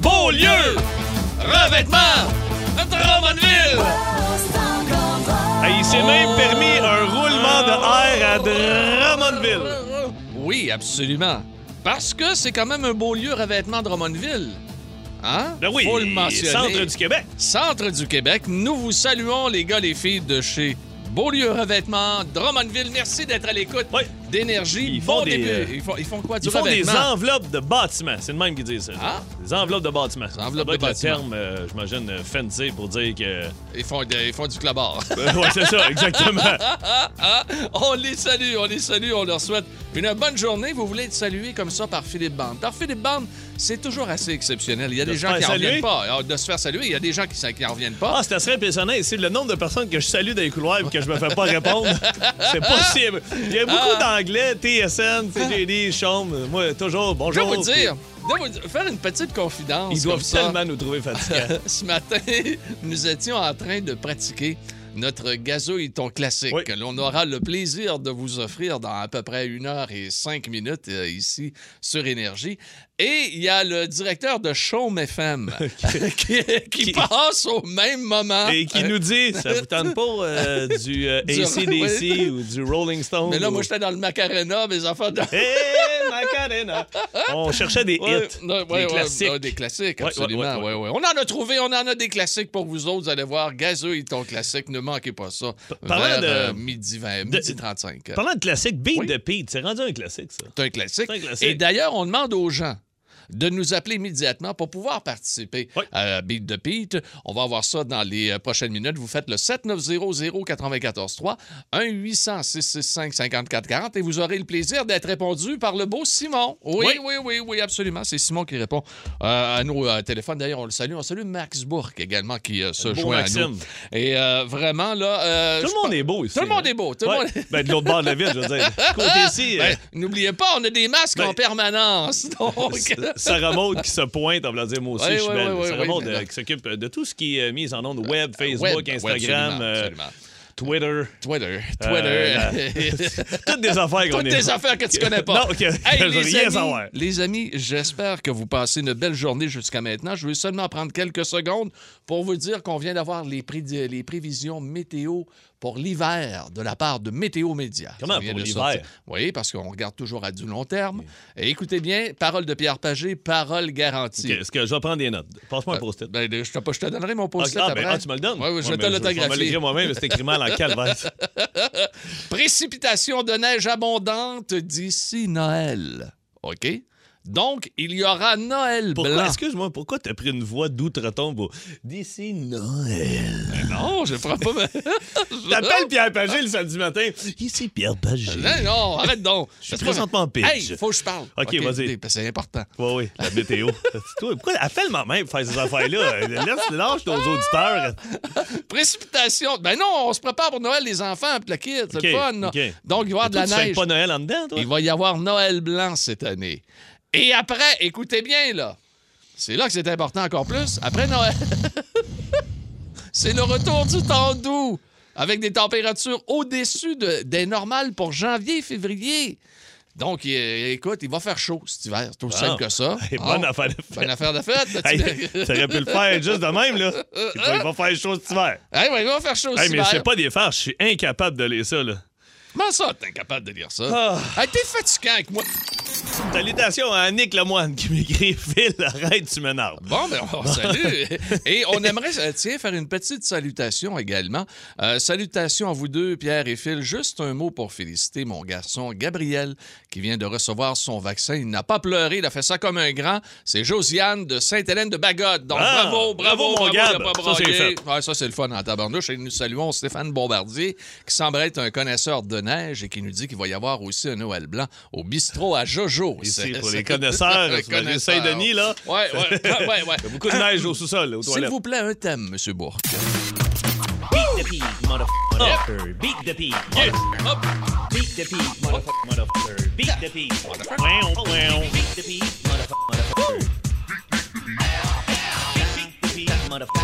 Beaulieu, revêtement, Drummondville. Hey, il s'est même permis un roulement de air à Drummondville. Oui, absolument. Parce que c'est quand même un beau lieu revêtement Drummondville. Hein? Ben oui, Faut le mentionner. centre du Québec. Centre du Québec, nous vous saluons les gars, les filles de chez Beaulieu Revêtement, Drummondville. Merci d'être à l'écoute Oui. d'énergie. Ils font bon des, début. euh, ils, font, ils font quoi du Ils font des revêtement? enveloppes de bâtiments. C'est le même qui dit ça. Ah. Des enveloppes de bâtiments. Des enveloppes de Le bâtiments. terme, euh, j'imagine, euh, fancy pour dire que. Ils font, de- ils font du clabard. Euh, ouais, c'est ça, exactement. Ah, ah, on les salue, on les salue, on leur souhaite une bonne journée. Vous voulez être salué comme ça par Philippe Bande. Par Philippe Bande, c'est toujours assez exceptionnel. Il y a De des se gens faire qui n'en saluer? reviennent pas. Ah, De se faire saluer, il y a des gens qui s'en- qui n'en reviennent pas. Ah, c'est assez impressionnant ici. Le nombre de personnes que je salue dans les couloirs et que je me fais pas répondre, c'est possible. Il y a beaucoup Ah. d'anglais, TSN, TGD, Chaume. Moi, toujours, Je vais bonjour. vous dire, je vais vous dire- faire une petite confidence. Ils doivent comme ça. tellement nous trouver fatigants. Ce matin, nous étions en train de pratiquer notre gazouille ton classique Oui. que l'on aura le plaisir de vous offrir dans à peu près une heure et cinq minutes euh, ici sur Énergie. Et il y a le directeur de Chaume FM qui, qui passe au même moment. Euh, Et qui nous dit, ça vous tente pas euh, du euh, Ah. Du- ACDC oui. ou du Rolling Stone? Mais là, ou- moi, j'étais dans le Macarena, mes enfants de... Hey, Macarena! On cherchait des hits, Ouais, non, ouais, des ouais, classiques. ouais, des classiques, Ouais, absolument. ouais, ouais, ouais. ouais, ouais. On en a trouvé, on en a des classiques pour vous autres. Vous allez voir, gazeux et ton classique, ne manquez pas ça. parlant vers, de- euh, midi 20, de- midi 35. euh, Parlant de classique, Beat Oui. Euh, de Pete, c'est rendu un classique, ça. C'est un classique. C'est un classique. Et d'ailleurs, on demande aux gens de nous appeler immédiatement pour pouvoir participer Oui. à Beat the Pete. On va avoir ça dans les euh, prochaines minutes. Vous faites le 7900-943, 1-800-665-5440 et vous aurez le plaisir d'être répondu par le beau Simon. Oui, Oui. oui, oui, oui, absolument. C'est Simon qui répond euh, à nos euh, téléphones. D'ailleurs, on le salue. On salue Max Bourque également qui euh, se Bon joint à Maxime. nous. Et euh, vraiment, là... euh, Tout je le monde par- est beau ici. Tout le monde hein. est beau. Tout le Ouais. monde... Ben, de l'autre bord de la ville, je veux dire. Côté ici, euh, Ben, N'oubliez pas, on a des masques ben- en permanence. Donc... S- Sarah Maud qui se pointe, on va dire, moi aussi, Ouais, je suis ouais, belle. ouais, ouais, Sarah ouais, Maud, mais euh, non. qui s'occupe de tout ce qui est mis en ondes web, Facebook, Web, ouais, Instagram, absolument, euh, absolument. Twitter. Twitter. euh, Twitter. Toutes des affaires qu'on Toutes est- des affaires que tu connais pas. Non, que- que hey, je veux les, rien amis, savoir. les amis, j'espère que vous passez une belle journée jusqu'à maintenant. Je vais seulement prendre quelques secondes pour vous dire qu'on vient d'avoir les, pré- les prévisions météo pour l'hiver de la part de Météo Média. Comment Ça vient pour de l'hiver? sortir. Oui, parce qu'on regarde toujours à du long terme. Et écoutez bien, parole de Pierre Pagé, parole garantie. Ok, Est-ce que je vais prendre des notes? Passe-moi un post-it. Ben, je, te, je te donnerai mon Ah, post-it ah, après. ben, ah, tu me le donnes? Oui, je vais Ouais, te mais Je vais me l'autographier. l'écrire moi-même, mais c'est écrit mal en calvaire. Précipitation de neige abondante d'ici Noël. OK? Donc, il y aura Noël Pourquoi, blanc. excuse-moi, pourquoi t'as pris une voix d'outre-tombe au- d'ici Noël? Non, je prends pas ma... T'appelles Pierre Pagé le samedi matin. Ici Pierre Pagé. Non, Hein, non, arrête donc. Je suis présentement en pitch. Hey, faut que je parle. OK, vas-y. parce que C'est important. Oui, oui, la météo. Toi, pourquoi appelle-moi même pour faire ces affaires-là? Laisse, lâche nos auditeurs. Précipitation. Ben non, on se prépare pour Noël, les enfants, puis la kid, c'est OK, le fun. là. OK. Donc, il va y avoir Ah, de Toi, la tu fais neige. pas Noël en dedans, toi? Il va y avoir Noël blanc cette année. Et après, écoutez bien, là. C'est là que c'est important encore plus. Après Noël, c'est le retour du temps doux avec des températures au-dessus de- des normales pour janvier et février. Donc, euh, écoute, il va faire chaud cet hiver. C'est aussi Ah. simple que ça. Hey, Ah, bonne affaire de fête. bonne affaire de fête. là, tu- Hey, T'aurais pu le faire juste de même, là. Il va- il va faire chaud cet hiver. Hey, ouais, il va faire chaud Hey, cet mais je sais hiver. pas des faire, je suis incapable de lire ça, là. Comment ça, t'es incapable de lire ça? Ah. Hey, t'es fatiguant avec moi. Salutations à Nick Lemoine qui m'écrit Phil, arrête, tu m'énerves. Bon, ben, on salue. Et on aimerait, euh, tiens, faire une petite salutation également. Euh, salutation à vous deux, Pierre et Phil. Juste un mot pour féliciter mon garçon Gabriel qui vient de recevoir son vaccin. Il n'a pas pleuré, il a fait ça comme un grand. C'est Josiane de Sainte-Hélène de Bagode. Donc, Ah, bravo, bravo, bravo, mon bravo, il a Gab. pas Ça, c'est braillé. fait. Ouais, ça, c'est le fun en tabarnouche. Et nous saluons Stéphane Bombardier, qui semble être un connaisseur de neige et qui nous dit qu'il va y avoir aussi un Noël blanc au bistrot à Jojo. Ici, C'est- pour les c'est- connaisseurs, Les sur la rue connaisseurs. Saint-Denis, là. Ouais, ouais, ouais, ouais, ouais. Il y a beaucoup de neige au sous-sol, là, aux S'il toilettes. vous plaît, un thème, Monsieur Bourque. Beat the pig, Oh. motherfucker. Beat the pig. Beat the pig, motherfucker. Beat the pig. Wow, wow. Beat the pig, motherfucker. Beat the pig, motherfucker.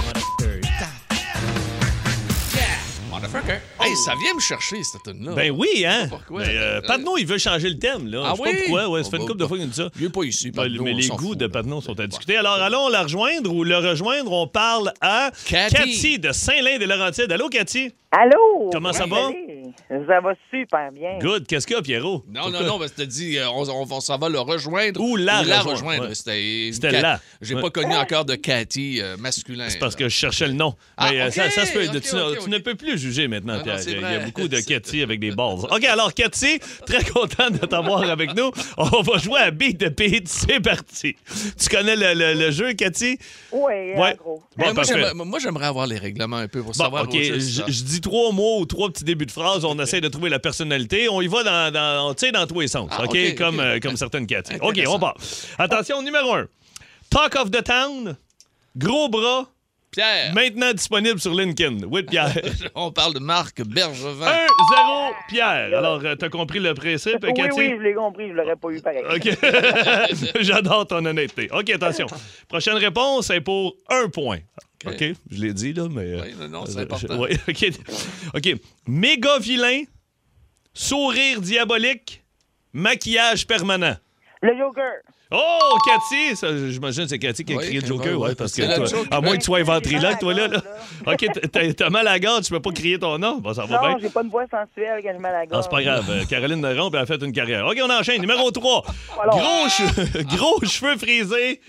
Hey, ça vient me chercher, cette tune-là. Oh. Ben oui, hein? Pourquoi? Mais, euh, Patnaud, il veut changer le thème, là. Ah Je sais oui? pas pourquoi. Ouais, ça On fait une va couple pas- de fois qu'il nous dit ça. Ah, Ben, il est pas ici, Patnaud, mais on les s'en goûts fout, de là. Patnaud sont à Ouais. discuter. Alors, allons la rejoindre ou le rejoindre. On parle à Cathy. de Saint-Lin-des-Laurentides. Allô, Cathy? Allô? Comment ça Oui, va? salut. Ça va super bien. Good. Qu'est-ce qu'il y a, Pierrot? Non, non, non, parce que t'as dit, euh, on, on, on s'en va le rejoindre. Ou la rejoindre, ouais. C'était, C'était Cat- la. J'ai Ouais. pas connu encore de Cathy euh, masculin. C'est parce que je cherchais le nom. Ah, Mais, euh, ok, ça, ça se peut. ok, tu, ok, tu ok. ne peux plus juger maintenant, Ah non, Pierre. c'est Il y a- il y a vrai. beaucoup de Cathy avec des balls. OK, alors, Cathy, très content de t'avoir avec nous. On va jouer à Beat the Beat. C'est parti. Tu connais le, le- le jeu, Cathy? Oui, en Ouais. gros. Bon, Mais moi, parfait. j'aimerais, moi, j'aimerais avoir les règlements un peu pour Bon, savoir. OK, au juste, je ça. je dis trois mots ou trois petits débuts de phrase. On essaie de trouver la personnalité. On y va dans, dans, tu sais, dans tous les sens. Ah, OK, OK, comme, OK. euh, comme certaines Cathy. OK, Intéressant. on part. Attention, numéro un. Talk of the Town, Gros Bras, Pierre, maintenant disponible sur LinkedIn. Oui, Pierre. on parle de Marc Bergevin. 1-0, Pierre. Alors, euh, t'as compris le principe, Oui, Cathy? Euh, oui, je l'ai compris, je l'aurais pas eu pareil. OK. J'adore ton honnêteté. OK, attention. Prochaine réponse est pour un point. OK, OK. je l'ai dit, là, mais... euh, Oui, non, non, c'est euh, important. je- ouais, OK. OK. Méga vilain, sourire diabolique, maquillage permanent. Le Joker. Oh, Cathy! Ça, J'imagine que c'est Cathy qui a Oui, crié le oui, Joker, oui, ouais, parce que c'est le toi, Joker. à moins que tu sois ventriloque, toi, là. là. Ah, Là. OK, t'as- t'as t'as mal à la garde, tu peux pas crier ton nom. Bon, ça va bien. Non, j'ai pas une voix sensuelle quand je mets la Ah, gorge. c'est pas grave. Euh, Caroline Neron, puis elle a fait une carrière. OK, on enchaîne. Numéro 3. Alors. Gros, che- gros cheveux frisés,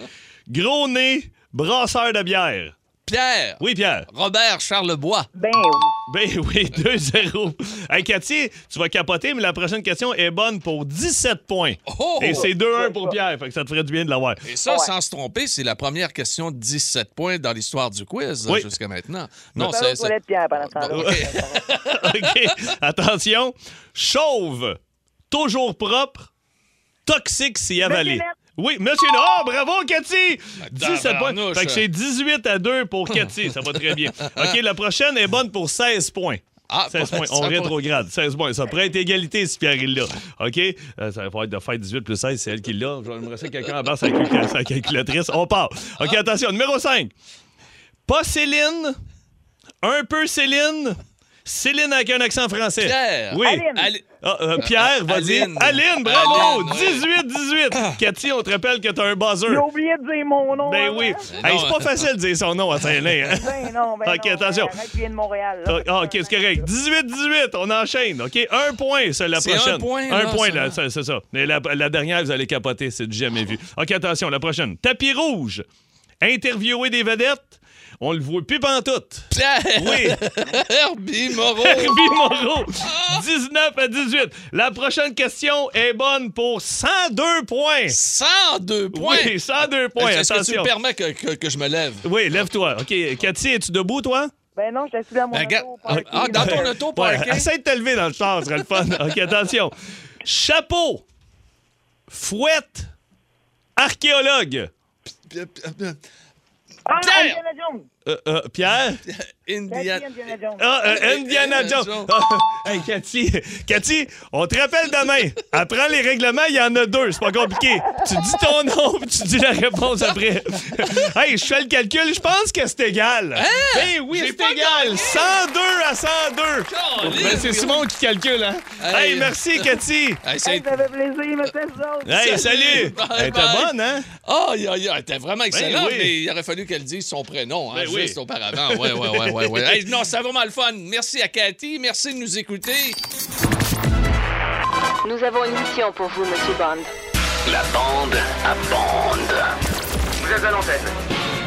gros nez, brasseur de bière. Pierre, Oui, Pierre. Robert Charlebois. Ben oui. Ben oui, 2-0. Hey, Cathy, tu vas capoter, mais la prochaine question est bonne pour 17 points. Oh! Et c'est 2-1 pour Pierre, fait que ça te ferait du bien de l'avoir. Et ça, Ouais. sans se tromper, c'est la première question de 17 points dans l'histoire du quiz Oui. euh, jusqu'à maintenant. Non, Ça va aux toilettes, Pierre, pendant ce temps-là. Ouais. OK, attention. Chauve, toujours propre, toxique si avalé. Monsieur Net. Oui, monsieur. Oh, bravo, Cathy! 17 points. tabarnouche. Fait que c'est 18 à 2 pour Cathy. Ça va très bien. OK, la prochaine est bonne pour 16 points. Ah, 16 pas- points. On ça va- rétrograde. 16 points. Ça pourrait être égalité si Pierre est là. OK? Euh, ça va falloir être de faire 18 plus 16. C'est elle qui l'a. J'aimerais ça que quelqu'un abaisse sa calcul- sa calculatrice. On part. OK, attention. Numéro 5. Pas Céline. Un peu Céline. Céline avec un accent français. Pierre. Oui. Aline. Allez- Ah, euh, Pierre va Aline. dire Aline, bravo! Aline, ouais. 18-18! Cathy, on te rappelle que t'as un buzzer. J'ai oublié de dire mon nom. Ben avant. oui. Ben Hey, non. c'est pas facile de dire son nom à Saint-Lin. hein? Ben non, ben Ok, non. attention. Arrête, je viens de Montréal. là. Ah, OK, c'est correct. 18-18, on enchaîne. OK, un point, c'est la C'est prochaine. un point, Un là, point, ça là, va. c'est c'est ça. Mais la, la dernière, vous allez capoter, c'est du jamais vu. OK, attention, la prochaine. Tapis rouge, interviewer des vedettes, on le voit plus pantoute. Oh! Pierre. Oui. Herbie Moreau. Herbie Moreau, 19 à 18. La prochaine question est bonne pour 102 points. 102 points. Oui, 102 points, Est-ce que tu attention. me permets que, que- que je me lève? Oui, lève-toi. OK, Cathy, es-tu debout, toi? Ben non, je suis là à mon Ben, regarde. auto, Ah, parking, ah, dans là. ton auto, Ouais, parking. essaie de te lever dans le char, ce serait le fun. OK, attention. Chapeau, fouette, archéologue. Ah, Pierre! Indiana Jones. Euh, euh, Pierre? Cathy, Indiana. Indiana Jones. Ah, euh, Indiana Jones. Ah, hey, Cathy, Cathy, on te rappelle demain. Apprends les règlements, il y en a deux, c'est pas compliqué. Tu dis ton nom, puis tu dis la réponse après. hey, je fais le calcul, je pense que c'est égal. Eh oui, Hein? J'ai c'est pas égal. gagné. 102 à 102. Caliste, Ben, c'est oui. Simon qui calcule, hein? Hey, hey merci, Cathy. Hey, Hey, c'est... ça fait plaisir, monsieur Zone. Salut. Hey, salut! Bye Elle était bye. bonne, hein? Oh, y a, y a, elle était vraiment excellente, Ben oui. mais il aurait fallu qu'elle dise son prénom, hein, Ben oui. juste auparavant. Ouais, ouais, ouais, ouais, ouais. Hey, non, c'est vraiment le fun. Merci à Cathy, merci de nous écouter. Nous avons une mission pour vous, Monsieur Bond. La bande à bande. Vous êtes à l'antenne.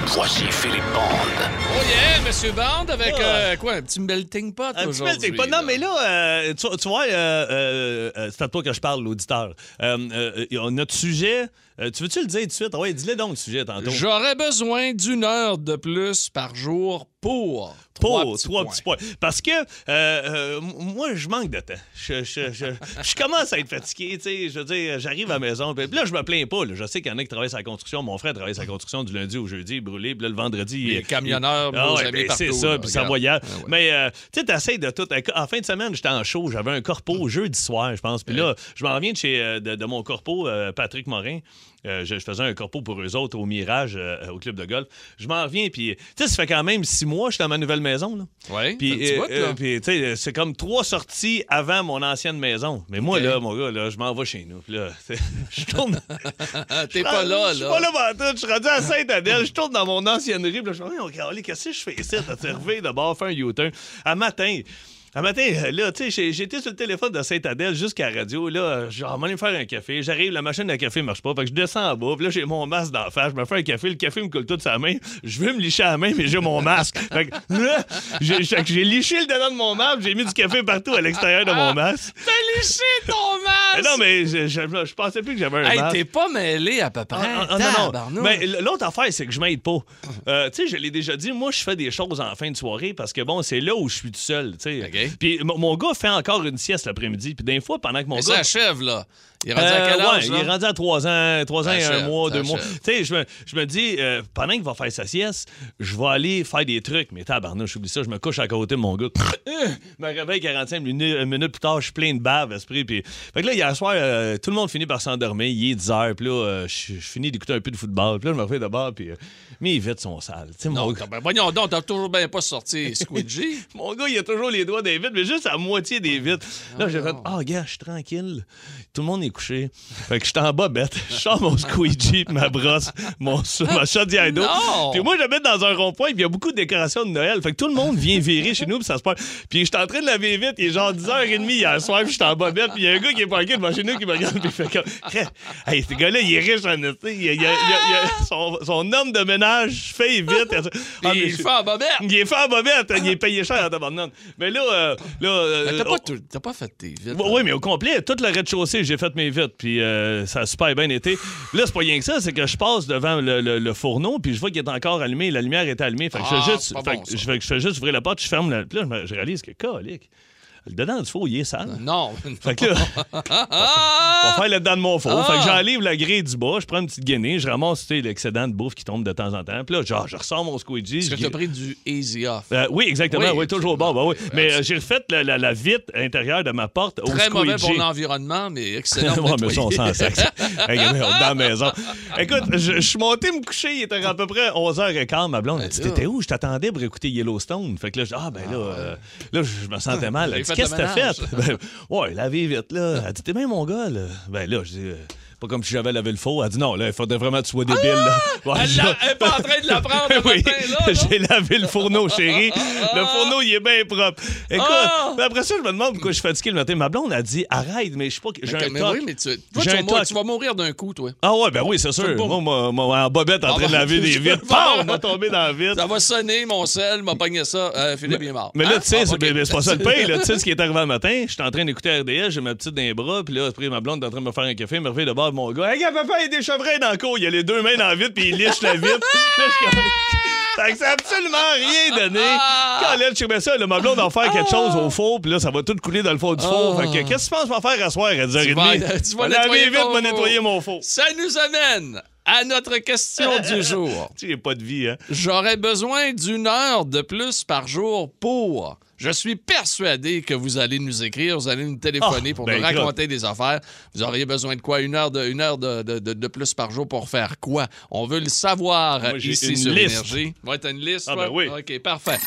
Voici Philippe Bande. Oh yeah, Monsieur Bond, avec euh, quoi, un petit melting pot Ah. Un petit peu, aujourd'hui. t'es pas. Non, mais là, euh, tu, tu vois, euh, euh, euh, c'est à toi que je parle, l'auditeur. Euh, euh, euh, notre sujet, euh, tu veux-tu le dire tout de suite? Ah Ouais, dis-le donc, le sujet, tantôt. J'aurais besoin d'une heure de plus par jour pour Pour trois petits trois points. petits points. Parce que euh, euh, m- moi, je manque de temps. Je, je- je- je commence à être fatigué, tu sais. Je veux dire, j'arrive à la maison. Puis là, je me plains pas. là. Je sais qu'il y en a qui travaillent sur la construction. Mon frère travaille sur la construction du lundi au jeudi, brûlé. Puis là, le vendredi. Les il- camionneurs, il- nos ouais, amis ben, C'est partout, ça, là, puis ça regarde. voyage. Ah ouais. Mais euh, tu sais, t'essayes de tout. En fin de semaine, j'étais en show. J'avais un corpo jeudi soir, je pense. Puis là, je m'en reviens de, chez, euh, de, de mon corpo, euh, Patrick Morin. Euh, je, je faisais un corpo pour eux autres au Mirage, euh, au club de golf. Je m'en reviens, puis, tu sais, ça fait quand même six mois que je suis dans ma nouvelle maison. Là. Ouais, Puis, ça fait un petit euh, bout, là. euh, puis, tu sais, euh, c'est comme trois sorties avant mon ancienne maison. Mais moi, Ok. là, mon gars, là, je m'en vais chez nous. Puis là, tu sais, je tourne. Ah, T'es pas là, Je suis là. pas là, pantoute. Je suis rendu à Sainte-Adèle. Je tourne dans mon ancienne rue. puis là, je me dis, oh, Caroline, qu'est-ce que je fais ici? T'as servi d'abord, faire un U-turn. À matin. À matin, euh, là, tu sais, j'ai- j'étais sur le téléphone de Sainte-Adèle jusqu'à la radio. Là, genre, m'en aller me faire un café. J'arrive, la machine à café marche pas. Fait que je descends en bas. Puis là, j'ai mon masque d'en face. Je me fais un café. Le café me coule tout sa main. Je veux me licher à la main, mais j'ai mon masque. Fait que, là, j'ai fait que j'ai liché le dedans de mon masque. J'ai mis du café partout à l'extérieur de mon masque. T'as léché ton Mais masque! non, mais je, je- je pensais plus que j'avais un Hey, masque. t'es pas mêlé à peu près. Ah, ah, non, non. Hein, Tabarnouche. Mais l- l'autre affaire, c'est que je m'aide pas. Euh, tu sais, je l'ai déjà dit, moi, je fais des choses en fin de soirée parce que, bon, c'est là où je suis tout seul. tu sais. OK. Puis mon- mon gars fait encore une sieste l'après-midi. Puis des fois, pendant que mon Mais gars. ça achève, là. Il est rendu à Euh, quel âge, ouais, là? Il est rendu à 3 ans, trois Ça ans et achève, un mois, ça deux mois. achève. Tu sais, je me, je me dis, euh, pendant qu'il va faire sa sieste, je vais aller faire des trucs. Mais tabarnouche, j'oublie ça, je me couche à côté de mon gars. Euh, je me réveille 45 minutes, une minute plus tard, je suis plein de bave, esprit. Puis... Fait que là, hier soir, euh, tout le monde finit par s'endormir. Il est 10 heures, puis là, euh, je je finis d'écouter un peu de football. Puis là, je me réveille d'abord, puis euh, mes vitres sont sales. Tu sais, mon Non, gars- t'as- ben, voyons donc, t'as toujours bien pas sorti Squidgy. mon gars, il a toujours les doigts des vitres, mais juste à moitié des Ah. vitres. Là, j'ai fait Ah, gars, je suis tranquille. Tout le monde est couché. Fait que j'étais en bas bête. Je sors mon squeegee, puis ma brosse, mon, ma chaudière d'eau. Non! Puis moi, j'habite dans un rond-point, puis il y a beaucoup de décorations de Noël. Fait que tout le monde vient virer chez nous, puis ça se passe. Puis j'étais en train de laver vite. Il est genre 10h30 hier soir, puis j'étais en bas bête. Puis il y a un gars qui est parqué devant chez nous qui me regarde, puis il fait comme Hey, ce gars-là, il est riche en été. Il, a- il a- il a- il a- son, son homme de ménage fait vite. Ah, mais il je- fait en bobette. il est fait à bobette, hein, il est payé cher à tabarnak. Mais là, euh, là. euh, Mais T'as on- pas, tout- t'as pas fait tes vitres. oui, oui, mais au complet, tout le rez-de-chaussée, j'ai fait mes vitres, puis euh, ça a super bien été. Là, c'est pas rien que ça, c'est que je passe devant le, le- le fourneau, puis je vois qu'il est encore allumé, la lumière est allumée. Fait que je Ah, fais juste, c'est pas fait bon, que ça. je fais- je fais juste ouvrir la porte, je ferme la. Puis là, je me- je réalise que, colique, le dedans du four, il est sale. Non. Fait que là, on va Ah! faire le dedans de mon four. Ah! Fait que j'enlève la grille du bas, je prends une petite guenille, je ramasse tu sais, l'excédent de bouffe qui tombe de temps en temps. Puis là, genre, je ressors mon squeegee. Est-ce je que t'as gui- pris du easy off? euh, oui, exactement. Oui, Oui, toujours bon. bah oui. absolument. Mais euh, j'ai refait la, la, la vitre intérieure de ma porte au Très mauvais pour squeegee. l'environnement, mais excellent. pour Ouais, mais nettoyer. ça, on s'en sac. Hey, regarde, on est dans la maison. Écoute, je je suis monté me coucher, il était à peu près 11h15, ma blonde. Elle dit Ben là. T'étais où Je t'attendais pour écouter Yellowstone. Fait que là, je dis Ah, ben là, euh, là, je me sentais mal. Elle J'ai dit fait Qu'est-ce que le t'as ménage. fait ben, Ouais, lavez vite, là. Elle dit T'es bien mon gars, là. Ben là, je dis Euh, Pas comme si j'avais lavé le faux. Elle dit Non, là, il faudrait vraiment que tu sois débile, là. Ouais, Ah! Elle je- l'a- elle est pas en train de la prendre le oui, matin, là, non? j'ai lavé le fourneau, chérie. Le fourneau, il est bien propre. Écoute, Ah! mais après ça, je me demande pourquoi je suis fatigué le matin. Ma blonde a dit arrête, mais je sais pas. J'ai Mais un mais toc. oui, mais tu, toi, tu, J'ai vas un mourir- toc. tu vas mourir d'un coup, toi. Ah ouais, ben oui, c'est sûr. bon. Moi, moi, moi, en bobette, en Ah train de bah, laver des je vitres. peux pas. Pam! m'a tombé dans la vitre. Ça va sonner, mon sel, m'a pogné ça. Euh, Philippe il est mort. Mais là, Hein? tu sais, Ah, c'est ok. ben, c'est pas ça le pain. là. Tu sais ce qui est arrivé le matin. J'étais en train d'écouter RDS, j'ai ma petite dans les bras, puis là, après, ma blonde est en train de me faire un café, elle me réveille de bord, mon gars. Hey, gars, papa, il y a des chevreuils dans le cours. Il y a les deux mains dans la vitre, puis il liche la vitre. Là, je suis comme- Fait que ça a absolument rien donné. Ah. Quand elle, je mets ça, là, ma blonde va faire quelque chose au four, puis là, ça va tout couler dans le fond du four. Fait que qu'est-ce que tu penses m'en faire à soir à 10h30? Ah. Tu vas- tu vas Va laver nettoyer vite, ton va four. nettoyer mon four. Ça nous amène à notre question du jour. Tu sais, j'ai pas de vie, hein. J'aurais besoin d'une heure de plus par jour pour. Je suis persuadé que vous allez nous écrire, vous allez nous téléphoner Ah, pour ben, nous raconter des affaires. Vous auriez besoin de quoi? Une heure de, une heure de, de- de- de plus par jour pour faire quoi? On veut le savoir Moi, j'ai ici une sur liste. Énergie. Ouais, t'as une liste? Ah, toi? ben oui. OK, parfait.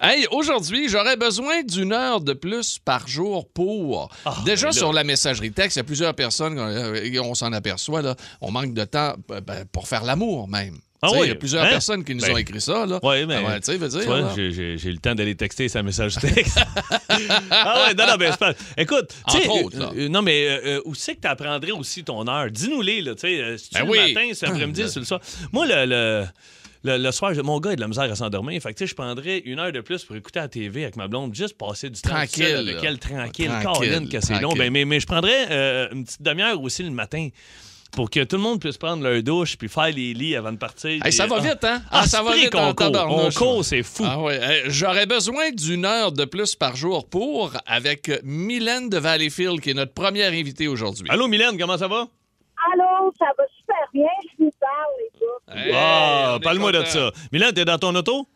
Hey, aujourd'hui, j'aurais besoin d'une heure de plus par jour pour. Déjà ben là. sur la messagerie texte, il y a plusieurs personnes, euh, et on s'en aperçoit, là, on manque de temps euh, ben, pour faire l'amour même. Ah Tu sais, oui, Il y a plusieurs hein? personnes qui nous Ben, ont écrit ça. Là. Oui, mais. Ah ouais, tu sais, veut dire. tu vois, là. j'ai- j'ai j'ai le temps d'aller texter sa message texte. ah ouais, non, non, ben, c'est pas. Écoute, tu sais. Entre autres, là. euh, euh, non, mais euh, euh, où c'est que tu apprendrais aussi ton heure? Dis-nous-les, là, tu sais. euh, si tu Ben le oui. matin, c'est Le- l'après-midi, c'est le soir. Moi, le. le... Le, le soir, j'ai- mon gars a de la misère à s'endormir. Fait que, tu sais, je prendrais une heure de plus pour écouter la TV avec ma blonde, juste passer du temps Tranquille, seul avec là. Ah, elle, tranquille. Tranquille, Caroline, que c'est long. tranquille. Ben, mais, mais je prendrais euh, une petite demi-heure aussi le matin pour que tout le monde puisse prendre leur douche puis faire les lits avant de partir. Hey, ça Puis, va ah. vite, hein? Ah, ça va esprit vite qu'on en court. On tabarnouche. court, c'est fou. Ah ouais, euh, J'aurais besoin d'une heure de plus par jour pour avec euh, Mylène de Valleyfield, qui est notre première invitée aujourd'hui. Allô, Mylène, comment ça va? Allô, ça va super bien, je vous parle, les gars. Hey, ah, on est parle-moi de content. ça. Mylène, t'es dans ton auto?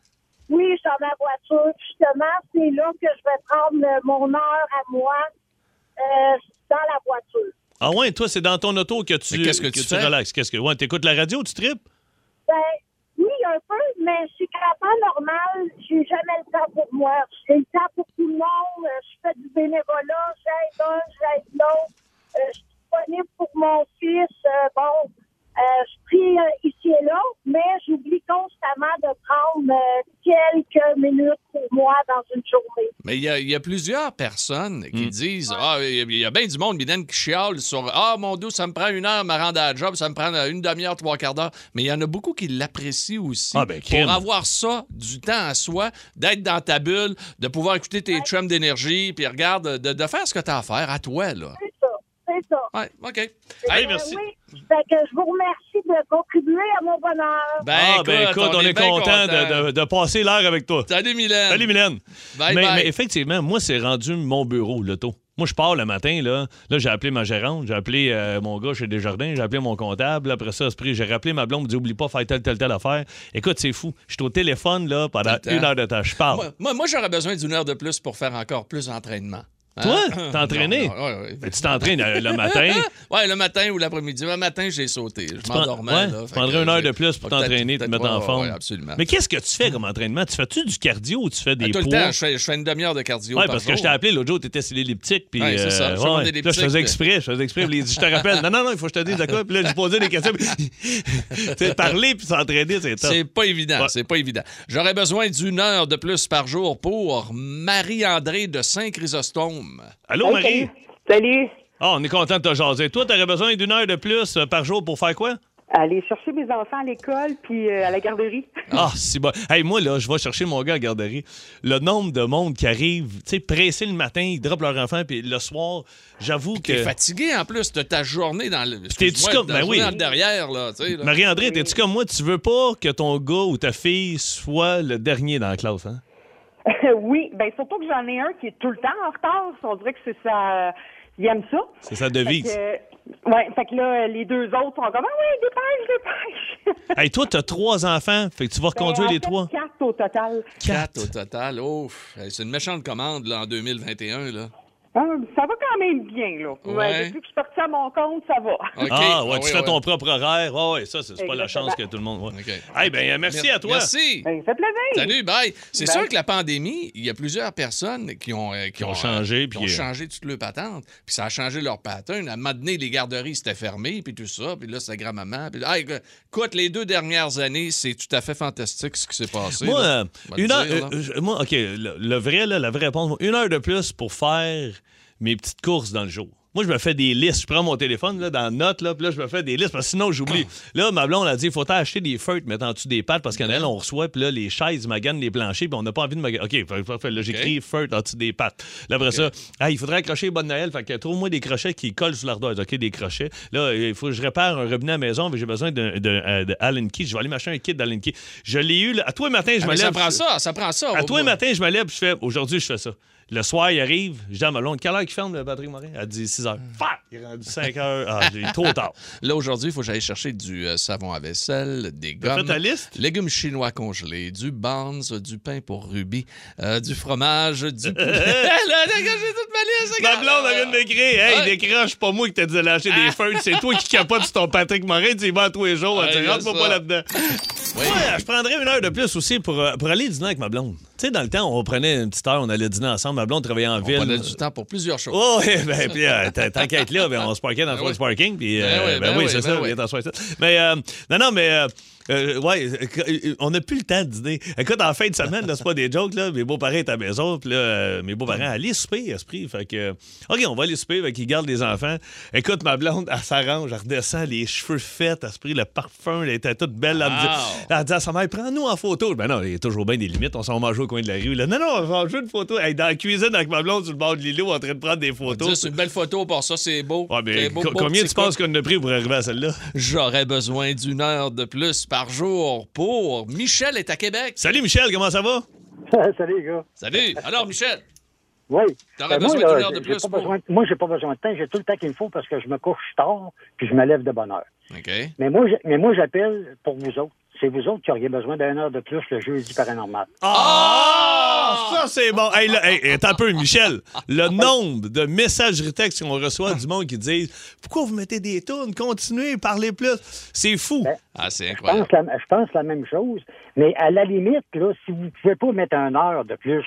Oui, je suis dans ma voiture. Justement, c'est là que je vais prendre euh, mon heure à moi euh, dans la voiture. Ah ouais, toi, c'est dans ton auto que tu, Mais qu'est-ce que tu fais? relaxes. Qu'est-ce que. Ouais, t'écoutes la radio, tu tripes? Ben, oui, un peu, mais je suis capable normal. J'ai jamais le temps pour moi. J'ai le temps pour tout le monde. Euh, Je fais du bénévolat. J'aide un, j'aide l'autre. Euh, je suis disponible pour mon fils. Euh, bon, euh, je prie euh, ici et là, mais j'oublie constamment de prendre euh, quelques minutes pour moi dans une journée. Mais il y, a- il y a plusieurs personnes Hmm. qui disent Ah, il y a- il y, a bien du monde, Mylène, qui chiale sur Ah, mon Dieu, ça me prend une heure me rendre à la job, ça me prend une demi-heure, trois quarts d'heure. Mais il y en a beaucoup qui l'apprécient aussi. Ah, ben, crime. pour avoir ça, du temps à soi, d'être dans ta bulle, de pouvoir écouter tes chums d'énergie, puis regarde, de, de faire ce que tu as à faire à toi, là. C'est ça. C'est ça. Ouais, OK. Hey, Euh, merci. Oui, fait que je vous remercie de contribuer à mon bonheur. Ben, ah, ben écoute, on, est, bien content contents. de, de- de passer l'heure avec toi. Salut, Mylène. Salut, Mylène. Bye, mais, bye. mais effectivement, moi, c'est rendu mon bureau, l'auto. Moi, je pars le matin, là. Là, j'ai appelé ma gérante, j'ai appelé euh, mon gars chez Desjardins, j'ai appelé mon comptable. Après ça, c'est pris, j'ai rappelé ma blonde, j'ai dit, oublie pas, faire telle, telle, telle affaire. Écoute, c'est fou. Je suis au téléphone, là, pendant Tout le temps. une heure de temps. Je parle. Moi, moi, moi, j'aurais besoin d'une heure de plus pour faire encore plus d'entraînement. Hein? Toi, t'entraîner? Non, non, ouais, ouais. Ben, tu t'entraînes euh, le matin. Ouais, le matin ou l'après-midi. Le matin, j'ai sauté. Je prends- m'endormais. ouais, là. tu Fait prendrais que une heure j'ai- de plus pour peut-être- t'entraîner, te peut-être- mettre ouais, en ouais, forme. ouais, absolument. Ben, Mais qu'est-ce que tu fais comme entraînement? Tu fais-tu du cardio ou tu fais des tout le poids? temps, je fais, je fais une demi-heure de cardio. Oui, par parce que jour. je t'ai appelé l'autre jour, t'étais sur l'elliptique. Puis, Ouais, c'est ça, euh, sur mon ouais. Puis là, je elliptique. faisais exprès, je faisais exprès. Puis, il dit, je te rappelle, non, non, non, il faut que je te dise de quoi. Puis là, je posais des questions. Puis, tu sais, parler puis s'entraîner, c'est top. C'est pas évident, Ouais. c'est pas évident. J'aurais besoin d'une heure de plus par jour pour Marie-André de Saint-Chrysostome. Allô, Marie? Salut. Ah, on est content de te jaser. Toi, t'aurais besoin d'une heure de plus euh, par jour pour faire quoi? Aller chercher mes enfants à l'école puis euh, à la garderie. Ah, si bon. Hey, moi, là, je vais chercher mon gars à la garderie. Le nombre de monde qui arrive, tu sais, pressé le matin, ils droppent leur enfant, puis le soir, j'avoue T'es que. fatigué en plus de ta journée dans le. t'es-tu excuse-moi, comme- de ben la journée oui. dans le derrière, là, tu sais, là. Marie-André, t'es-tu comme moi? Tu veux pas que ton gars ou ta fille soit le dernier dans la classe, hein? oui, ben surtout que j'en ai un qui est tout le temps en retard. On dirait que c'est ça. Il aime ça. C'est sa devise. Fait que, ouais, fait que là, les deux autres sont comme Ah oui, dépêche, dépêche. Hey, toi, t'as trois enfants. Fait que tu vas Ben, reconduire en les fait, trois. Quatre au total. Quatre au total. Ouf, c'est une méchante commande là, en 2021. Là. Ah, ça va quand même bien, là. Ouais. depuis que je suis partie à mon compte, ça va. OK. Ah, ouais, Ah tu oui, fais ouais. ton propre horaire. Ouais, ouais, ça, c'est c'est pas la Exactement. chance que tout le monde. Ouais. OK. Hey, ben, euh, merci Mer- à toi. Merci. Ben, ça fait plaisir. Ben Salut, bye. C'est Bye. sûr que la pandémie, il y a plusieurs personnes qui ont, euh, qui ont euh, changé, qui puis, ont euh, changé toute leur patente. Puis ça a changé leur pattern. À un moment donné, les garderies c'était fermé, puis tout ça. Puis là, c'est grand-maman. Puis, là, hey, écoute, les deux dernières années, c'est tout à fait fantastique ce qui s'est passé. Moi, là. euh, On va le une heure. dire, là. euh, je- moi, OK, le, le vrai, là, la vraie réponse, moi, une heure de plus pour faire mes petites courses dans le jour. Moi, je me fais des listes. Je prends mon téléphone là, dans Notes, là, puis là, je me fais des listes, parce que sinon, j'oublie. là, ma blonde a dit il faut acheter des feutres, mettre en dessous des pattes, parce Ben. qu'en elle, on reçoit, puis là, les chaises maganent les planchers, puis on n'a pas envie de magan- OK, parfait, parfait. Là, j'écris feutres en dessous des pattes. Là, après ça, ah, il faudrait accrocher Bonne Noël. Fait que trouve-moi des crochets qui collent sur l'ardoise. OK, des crochets. Là, il faut que je répare un robinet à la maison, mais j'ai besoin d'un d'un, euh, de Allen Key. Je vais aller m'acheter un kit d'Allen Key. Je l'ai eu, là, à toi, matin, je Ah, me mais ça lève. prend ça, ça prend ça. À va toi, voir. matin, je me lève, puis je fais aujourd'hui, je fais ça. Le soir, il arrive, je dis à ma blonde, quelle heure qu'il ferme le Patrick Morin Elle dit 6 Hmm. h. Fuck Il est rendu 5 h. Ah, j'ai trop tard. Là, aujourd'hui, il faut que j'aille chercher du euh, savon à vaisselle, des T'as gommes. fait ta liste Légumes chinois congelés, du buns, du pain pour Ruby, euh, du fromage, du poulet. là, là, j'ai toute ma liste. Ma regarde. blonde, elle vient de m'écrire. Ouais. Hey, Ah. décroche, pas moi qui t'ai dit de lâcher des feuilles. C'est toi qui capotes sur ton Patrick Morin. Tu y vas à tous les jours. Ouais, tu il y dis, a rentre-moi ça. pas là-dedans. Ouais, je prendrais une heure de plus aussi pour, euh, pour aller dîner avec ma blonde. Tu sais, dans le temps, on prenait une petite heure, on allait dîner ensemble. Ma blonde travaillait en On ville. prenait du temps pour plusieurs choses. Oh, ouais, ben, puis euh, t- tant qu'à être là, ben, on se parquait dans le Ben Fox oui. parking, puis Ben euh, oui, ben oui, oui, c'est ben ça, oui. viens t'asseoir ça. Mais, euh, non, non, mais, euh, euh, ouais, euh, euh, on n'a plus le temps de dîner. Écoute, en fin de semaine, là, c'est pas des jokes, là, mes beaux-parents étaient à la maison, puis là, euh, mes beaux-parents allaient souper, esprit, fait que, euh, OK, on va aller souper, fait qu'ils gardent les enfants. Écoute, ma blonde, elle s'arrange, elle redescend, les cheveux faits, à ce prix, le parfum, elle était toute belle, elle me dit- Wow. Ah. elle dit à sa mère, prends-nous en photo. Ben non, il y a toujours bien des limites. On s'en va manger au coin de la rue. Là. Non, non, on va en jouer une photo. Hey, dans la cuisine avec ma blonde sur le bord de l'îlot en train de prendre des Dire, photos. C'est une belle photo pour ça, c'est beau. Oh, Ouais, mais Ah, C'est beau, co- beau combien petit tu penses couple. qu'on en a pris pour arriver à celle-là? J'aurais besoin d'une heure de plus par jour pour Michel est à Québec. Salut Michel, comment ça va? Salut, les gars. Salut. Alors, Michel, Oui. T'aurais Ben, moi, besoin d'une là, heure de j'ai plus pas pour- besoin- Moi, j'ai pas besoin de temps. J'ai tout le temps qu'il me faut parce que je me couche tard puis je me lève de bonne heure. OK. Mais moi, j'ai- mais moi, j'appelle pour vous autres. c'est vous autres qui auriez besoin d'un heure de plus le jeudi paranormal. Ah! Ça, c'est bon. Hey, là, hey, attends un peu, Michel. Le nombre de messageries textes qu'on reçoit du monde qui disent Pourquoi vous mettez des tunes? Continuez, parlez plus. C'est fou. Ah, c'est Je pense, incroyable. la, je pense la même chose, mais à la limite, là, si vous ne pouvez pas mettre un heure de plus,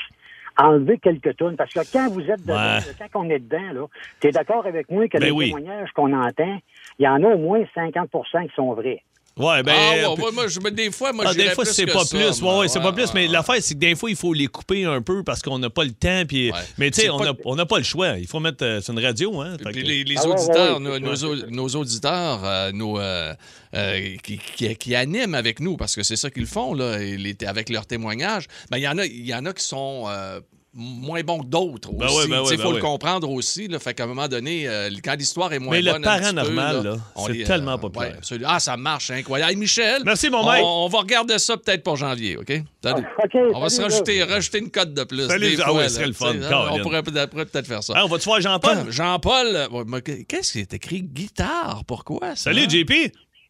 enlevez quelques tonnes, parce que quand vous êtes dedans, Ouais. là, quand on est dedans, là, tu es d'accord avec moi que Ben les oui. témoignages qu'on entend, il y en a au moins 50 qui sont vrais. Ouais, ben. ah, ouais, puis- ouais, moi, je, mais des fois, moi, Ah, j'irais des fois, plus c'est que pas ça, plus. moi. Ah, ouais, ouais, c'est pas Ouais, plus. mais ouais. l'affaire, c'est que des fois, il faut les couper un peu parce qu'on n'a pas le temps. Puis, Ouais. Mais tu C'est sais, on pas- n'a on n'a pas le choix. Il faut mettre. euh, c'est une radio, hein? Fait Puis que- les, les Ah ouais, auditeurs, ouais, nos, ouais. nos au- nos auditeurs, euh, nos, euh, euh, qui, qui- qui animent avec nous, parce que c'est ça qu'ils font, là, et les- avec leurs témoignages, ben, il y, en a- il y en a qui sont euh, moins bons que d'autres Ben aussi. ouais, ben Il ouais, ben faut ouais. le comprendre aussi. Là, fait qu'à un moment donné, euh, quand l'histoire est moins Mais le bonne. un petit peu, paranormal, là, on c'est les- tellement populaire. ouais, absolument. ah, ça marche, c'est incroyable. Hey, Michel, Merci, mon on, maître. on va regarder ça peut-être pour janvier, OK? Salut. OK, On va se Ah, salut, rajouter, rajouter une cote de plus. Salut, des ah fois, ouais, là, ce serait le fun, tu sais, hein, Caroline. On pourrait peut-être peut-être faire ça. Ah, on va-tu voir Jean-Paul? Attends, Jean-Paul, euh, ouais, mais qu'est-ce qui est écrit guitare? Pourquoi ça? Salut, JP.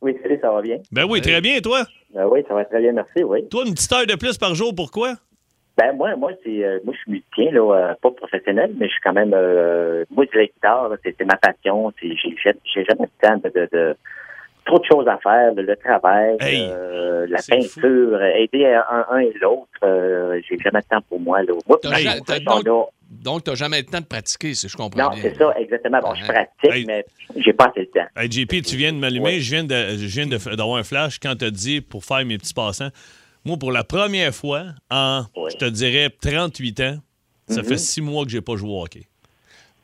Oui, salut, ça va bien? Ben oui, très bien, et toi? Ben oui, ça va très bien, merci, oui. Toi, une petite heure de plus par jour, pourquoi? Ben moi, moi, c'est euh, moi je suis musicien, là, euh, pas professionnel, mais je suis quand même euh, moi de la guitare, là, c'est c'est ma passion. c'est- J'ai j'ai- j'ai jamais le temps de, de- de- trop de choses à faire, le, le travail, Hey, euh, la c'est peinture, euh, aider un, un et l'autre. euh, j'ai jamais le temps pour moi. Là. Moi, T'as par ja- contre, t'as- on a- Donc, t'as jamais le temps de pratiquer, si je comprends non, bien. c'est ça, exactement. Bon, je pratique, Hey. mais j'ai pas assez le temps. Hey, Ben, JP, tu viens de m'allumer. Ouais. Je viens de- je viens de f- d'avoir un flash quand tu as dit pour faire mes petits passants. Moi, pour la première fois en, Ouais. je te dirais, 38 ans, ça fait six mois que j'ai pas joué au hockey.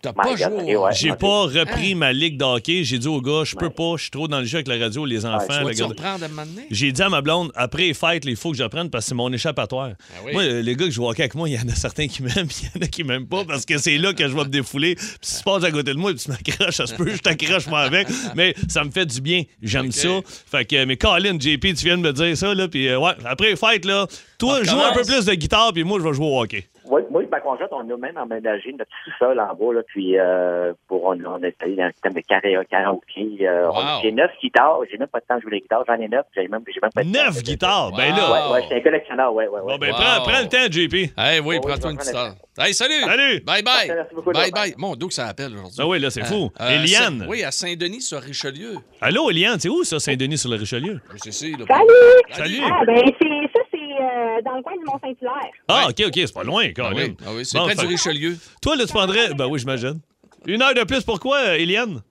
T'as My pas God, joué. ok, ouais. J'ai ok. pas repris ma ligue de hockey. J'ai dit au gars, je peux pas, je suis trop dans le jeu avec la radio, les enfants. Tu la vas-tu garde- reprendre à un moment donné? J'ai dit à ma blonde, après les fêtes, là, il faut que j'apprenne parce que c'est mon échappatoire. Ah oui. Moi, euh, les gars que je vois avec moi, il y en a certains qui m'aiment, puis il y en a qui m'aiment pas parce que c'est là que je vais me défouler. Puis si tu passes à côté de moi, puis tu m'accroches, ça se peut, je t'accroche moi avec. Mais ça me fait du bien. J'aime Ok. ça. Fait que, mais Colin, JP, tu viens de me dire ça, là. Puis euh, ouais, après les fêtes, là, toi, On joue un peu recommence. plus de guitare, puis moi, je vais jouer au hockey. Oui, moi et ma conjointe, on a même emménagé notre sous-sol en bas, là, puis euh, pour, on, on est allé dans le système de carré- karaoké. euh, on- Wow. J'ai neuf guitares, j'ai même pas de temps de jouer les guitares, j'en ai neuf, j'ai même, j'ai même pas de temps. Neuf guitares, ben Wow. là. Ouais, ouais, je suis un collectionneur, ouais, ouais, ouais. Bon, ben Wow. prends, prends le temps, JP. Hey, oui, Oh, oui, prends-toi je une vais petite heure. prendre Hey, salut! Salut. Bye-bye! Merci beaucoup, Bye-bye! Mon Dieu, que ça appelle aujourd'hui. Ah oui, là, c'est fou. euh, Eliane. Saint- Oui, à Saint-Denis, sur Richelieu. Allô, Eliane, c'est où ça, Saint-Denis sur le Richelieu? Je sais, c'est, là. Salut! Salut. Ah, ben, c'est, ça, c'est euh, dans le coin de Mont-Saint-Hilaire. Ah, OK, OK, c'est pas loin, Ah Colin. oui, ah oui, c'est Bon, près fait- du Richelieu. Toi, là, tu prendrais. Ben oui, j'imagine. Une heure de plus, pourquoi, euh, Eliane?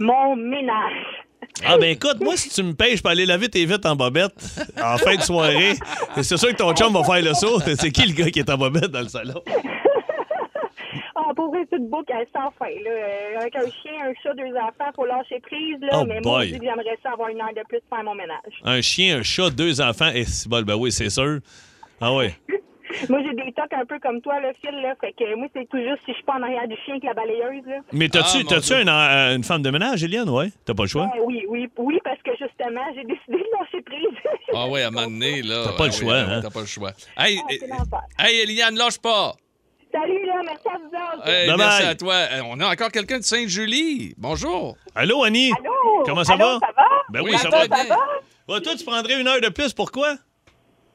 Mon ménage. Eh Ah, ben écoute, moi, si tu me pêches pour aller laver tes vite en bobette en fin de soirée, c'est sûr que ton chum va faire le saut. C'est qui le gars qui est en bobette dans le salon? Ah, pour vrai, toute boucle, elle s'en fait, là. Euh, Avec un chien, un chat, deux enfants, faut lâcher prise, là. Oh mais moi, boy. je dis que j'aimerais ça avoir une heure de plus pour faire mon ménage. Un chien, un chat, deux enfants. Et c'est bon, ben oui, c'est sûr. Ah oui. Moi, j'ai des tocs un peu comme toi, là, Phil, là. Fait que moi, c'est tout juste si je suis pas en arrière du chien avec la balayeuse, là. Mais t'as-tu Ah, mon t'as-tu Dieu. une, euh, une femme de ménage, Eliane? Ouais. T'as pas le choix? Ben oui, oui, oui, parce que justement, j'ai décidé de lâcher prise. Ah oui, à un moment donné, là. T'as pas le ah oui, choix, ah oui, hein. T'as pas le choix. Hey, euh, Ah, c'est l'enfer. hey, Eliane, lâche pas! Salut, là, merci à vous autres. Hey, Bye-bye. merci à toi. Hey, On a encore quelqu'un de Sainte-Julie. Bonjour. Allô, Annie? Allô? Comment ça Allô, va? Ça va? Ben oui, Oui, ça très va. Ça bien. va? Ouais, Bah, toi, tu prendrais une heure de plus, pourquoi?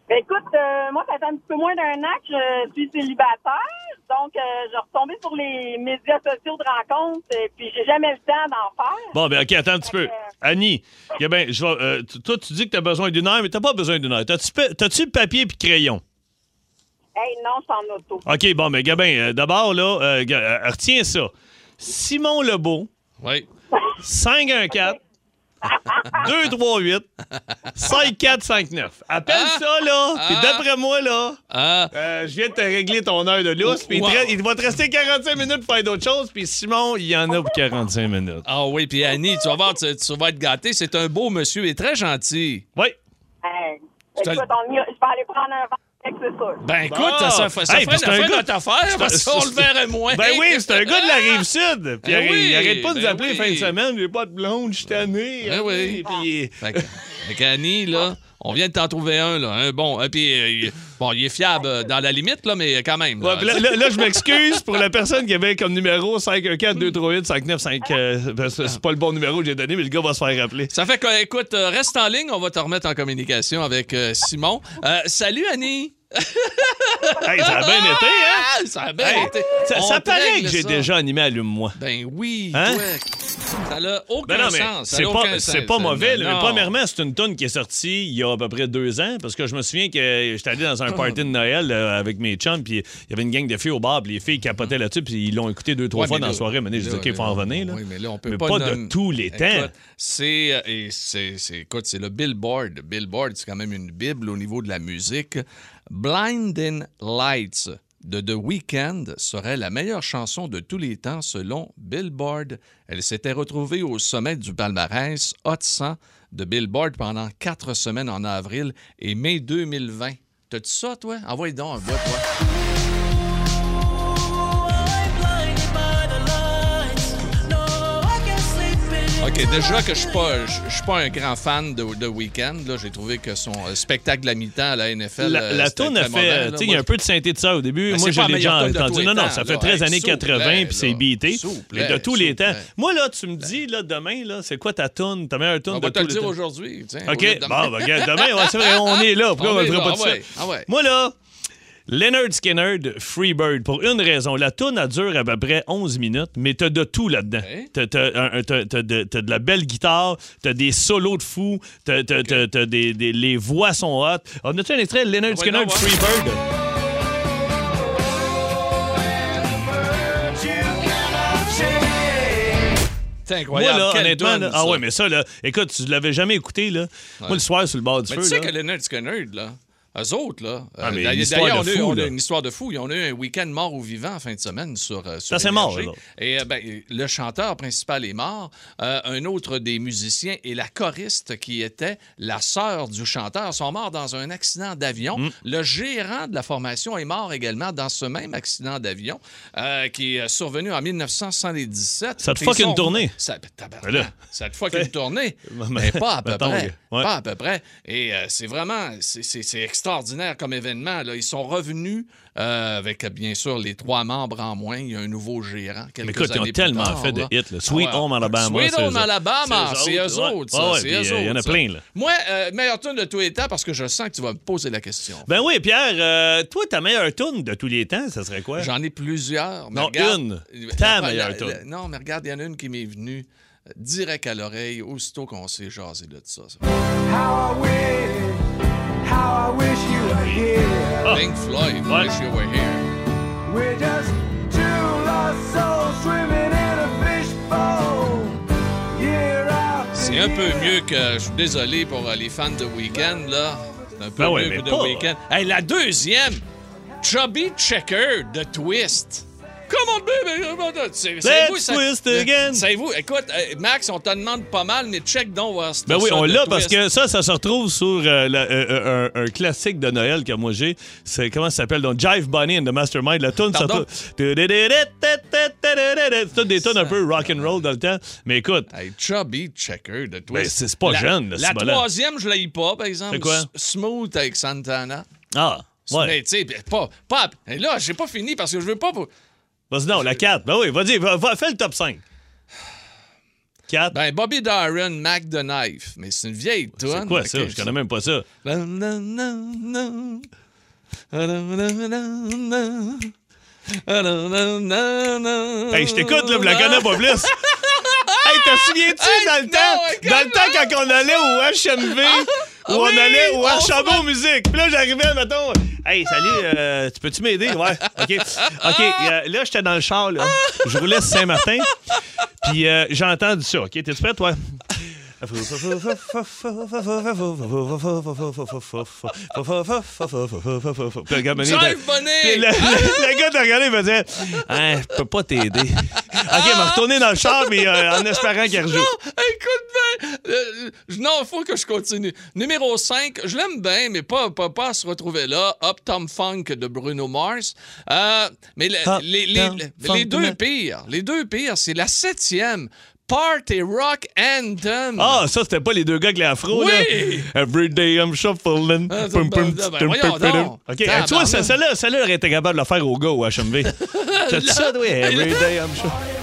Ben, écoute, euh, moi, ça fait un petit peu moins d'un an que je suis célibataire. Donc, euh, je retombais sur les médias sociaux de rencontres et puis j'ai jamais le temps d'en faire. Bon, ben OK, attends un petit peu. Annie, eh ben, je vais, euh, t- toi, tu dis que tu as besoin d'une heure, mais t'as pas besoin d'une heure. T'as-tu pa- t'as-tu papier puis crayon? Hey, non, je suis en auto. OK, bon, mais Gabin, euh, d'abord, là, euh, ga- euh, retiens ça. Simon Lebeau, Oui. 514 238 5459. Appelle ça, là. Puis Ah. d'après moi, là, Ah, euh, je viens de te régler ton heure de lousse. Puis il te Wow. re- il, va te rester 45 minutes pour faire d'autres choses. Puis Simon, il y en a pour 45 minutes. Ah oui, puis Annie, tu vas voir, tu, tu vas être gâté. C'est un beau monsieur et très gentil. Oui. Hey, te- écoute, on ira- je vais aller prendre un verre, avec, c'est sûr. Ben écoute, Ah! ça, fait- ça Hey, ferait puis c'est un la fin gars- de notre affaire, parce c'est- qu'on c'est- le verrait moins. Ben oui, c'est un gars de la rive sud. Puis Ben il- il oui, arrête pas de nous ben appeler oui. fin de semaine. J'ai pas de blonde, je suis tanné. hein, Ben oui. Puis Fait que- fait qu'Annie, là, On vient de t'en trouver un, là. Un bon. Et puis, euh, il- bon, il est fiable euh, dans la limite, là, mais quand même. Ouais, puis là, là- là, je m'excuse pour la personne qui avait comme numéro 514-238-595. euh, parce que c'est pas le bon numéro que j'ai donné, mais le gars va se faire rappeler. Ça fait que, écoute, euh, reste en ligne, on va te remettre en communication avec euh, Simon. Euh, salut, Annie! Hey, ça a bien été, hein? Ah, ça a bien Hey, été. Ça, On ça te paraît règle que j'ai ça. déjà animé Allume-moi. Ben oui, Hein? toi, ça n'a aucun Ben non, mais sens. ça c'est n'a pas, aucun c'est sens, pas ça. mauvais. là, mais Non. premièrement, c'est une toune qui est sortie il y a à peu près deux ans, parce que je me souviens que j'étais allé dans un party de Noël euh, avec mes chums, puis il y avait une gang de filles au bar, puis les filles capotaient là-dessus, puis ils l'ont écouté deux, trois Ouais, fois mais dans la là- soirée. Mais j'ai dit, là, OK, il faut en là, revenir. Là. Oui, mais là, on peut Mais pas. pas nommer- de tous les temps. Écoute, C'est, euh, et c'est, c'est- écoute, c'est le Billboard. Le Billboard, c'est quand même une bible au niveau de la musique. Blinding Lights de The Weeknd serait la meilleure chanson de tous les temps selon Billboard. Elle s'était retrouvée au sommet du palmarès Hot 100 de Billboard pendant quatre semaines en avril et mai 2020. T'as-tu ça, toi? Envoie donc un bout, toi. OK, déjà que je suis pas, je, je suis pas un grand fan de, de Weekend. Là, j'ai trouvé que son euh, spectacle de la mi-temps à la NFL. La, euh, la c'était toune a très mauvais, fait. là. Tu sais, il y a Moi, un peu de synthé de ça au début. Mais Moi, c'est je pas la l'ai déjà meilleure toune de tous entendu. les Non, non, temps, ça là. fait très Hey, années s'il 80, plaît, puis c'est là. beaté. S'il vous Mais plaît, de tous les s'il vous temps. plaît. Moi, là, tu me dis, là, demain, là, c'est quoi ta toune, ta meilleure toune On de va te tous le les dire temps? aujourd'hui. tiens, au OK, lieu de bon, demain. ben, regarde, demain, ouais, c'est vrai, on est là. Pourquoi On on ne est le là, ferait pas ah tout ouais, ça? ah ouais. Moi, là, Leonard Skinner de Freebird, pour une raison. La toune, elle dure à peu près 11 minutes, mais t'as de tout là-dedans. Ouais. T'as, t'as un- un- t'as- t'as de, t'as de la belle guitare, t'as des solos de fou, t'as, t'as- t'as- t'as des, des- les voix sont hot. Ah, On a-tu un extrait de Ah Leonard Ouais, Skinner non, de ouais. Freebird? C'est incroyable. Moi, là, quelle honnêtement, bonne, là- ça. ah ouais, mais ça, là, écoute, tu l'avais jamais écouté, là. Moi, le soir, sur le bord du Mais feu, tu sais là, que Leonard Skinner, là, eux autres, là. Ah, euh, mais d'ailleurs- une histoire d'ailleurs, on, de a eu- fou, on a là. eu une histoire de fou. Ils ont eu un week-end mort ou vivant en fin de semaine sur. euh, sur Ça, c'est mort, Énergie. là. Et euh, ben, le chanteur principal est mort. Euh, un autre des musiciens et la choriste qui était la sœur du chanteur sont morts dans un accident d'avion. Mm. Le gérant de la formation est mort également dans ce même accident d'avion euh, qui est survenu en 1977. Ça te Et fuck ils une sont- tournée. Ça, Ben là. ça te fuck une tournée. Mais- Mais pas à peu mettons, près. que- ouais. Pas à peu près. Et euh, c'est vraiment, c'est- c'est c'est extraordinaire comme événement. Là. Ils sont revenus euh, avec, euh, bien sûr, les trois membres en moins. Il y a un nouveau gérant. Mais quelques écoute, ils ont années plus tellement tard, fait de là. hits. là. Sweet Ah ouais. Home Alabama. Sweet c'est eux Home autres. Alabama, c'est eux ouais. autres. Ah ça, ouais, c'est puis, eux euh, Il y en a autres, ça. plein, là. Moi, euh, meilleure tune de tous les temps, parce que je sens que tu vas me poser la question. Ben oui, Pierre, euh, toi, ta meilleure tune de tous les temps, ça serait quoi? J'en ai plusieurs. mais Non, regarde- une. Ta La- meilleure la- tune. la- Non, mais regarde, il y en a une qui m'est venue euh, direct à l'oreille, aussitôt qu'on s'est jasé là, de ça. ça. Ah. Pink Floyd, Ouais. Wish You Were Here. C'est un peu mieux que. Je suis désolé pour euh, les fans de Weekend, là. C'est un peu Ben ouais, mieux mais que de pas- Weekend. Hey, la deuxième, Chubby Checker de Twist. Comment c'est c'est Let's vous, ça- twist again. C'est vous. Écoute, euh, Max, on te demande pas mal, mais check donc voir si Ben t'as oui, ça on de l'a parce Twist. que ça, ça se retrouve sur euh, la- euh, euh, un, un classique de Noël que moi j'ai. C'est comment ça s'appelle? Donc, Jive Bunny and the Mastermind. La tune, ça Pardon? C'est toutes des tunes un peu rock and roll dans le temps. Mais écoute, Hey, Chubby Checker de Twist. Ben, c'est- c'est pas La- jeune, là, La ce bol-là. troisième, je l'ai pas, par exemple. C'est quoi? S- Smooth avec Santana. ah, Mais ouais. tu sais, ben, pas, pas. Et là, j'ai pas fini parce que je veux pas. pour- Vas-y, non, la 4. Ben oui, vas-y, va, va- fais le top 5. 4. Ben, Bobby Darren, Mac the Knife. Mais c'est une vieille tune. c'est quoi ça? ok, Je connais même pas ça. Hey, je t'écoute, là, mais la Ah, connais pas plus. hey, te souviens-tu Hey, dans le non, temps, écoute, dans le temps quand on allait au HMV, où on oui, allait au on Archambault Musique? Puis là, j'arrivais, mettons, hey, salut, euh, tu peux-tu m'aider? Ouais, OK. OK, Ah. euh, là, j'étais dans le char, là. Je roulais sur Saint-Martin, puis euh, j'ai entendu ça, OK? T'es-tu prêt, toi? Drive Drive Bonnet! le, le- le gars t'a regardé, il me disait Hein, Je peux pas t'aider. Ok, il m'a retourné dans le char, mais euh, en espérant qu'il rejoue. Non, ah, écoute bien. Euh, je- non, faut que je continue. Numéro 5, je l'aime bien, mais pas, pas, pas à se retrouver là. Up Tom Funk de Bruno Mars. Euh, mais le- Up les, les- Tom les- Funk, les deux man. pires, les deux pires, c'est la septième. Party Rock Anthem. Ah, ça, c'était pas les deux gars avec l'afro, Oui! là. Every day I'm shuffling. Ah, Pum, pum, ben, tum, voyons pum, pum. donc. OK, Tabarnak. hey, tu vois, ça- celle-là, celle-là, elle était capable de le faire au gars au HMV. C'est ça, oui. Every day I'm shuffling.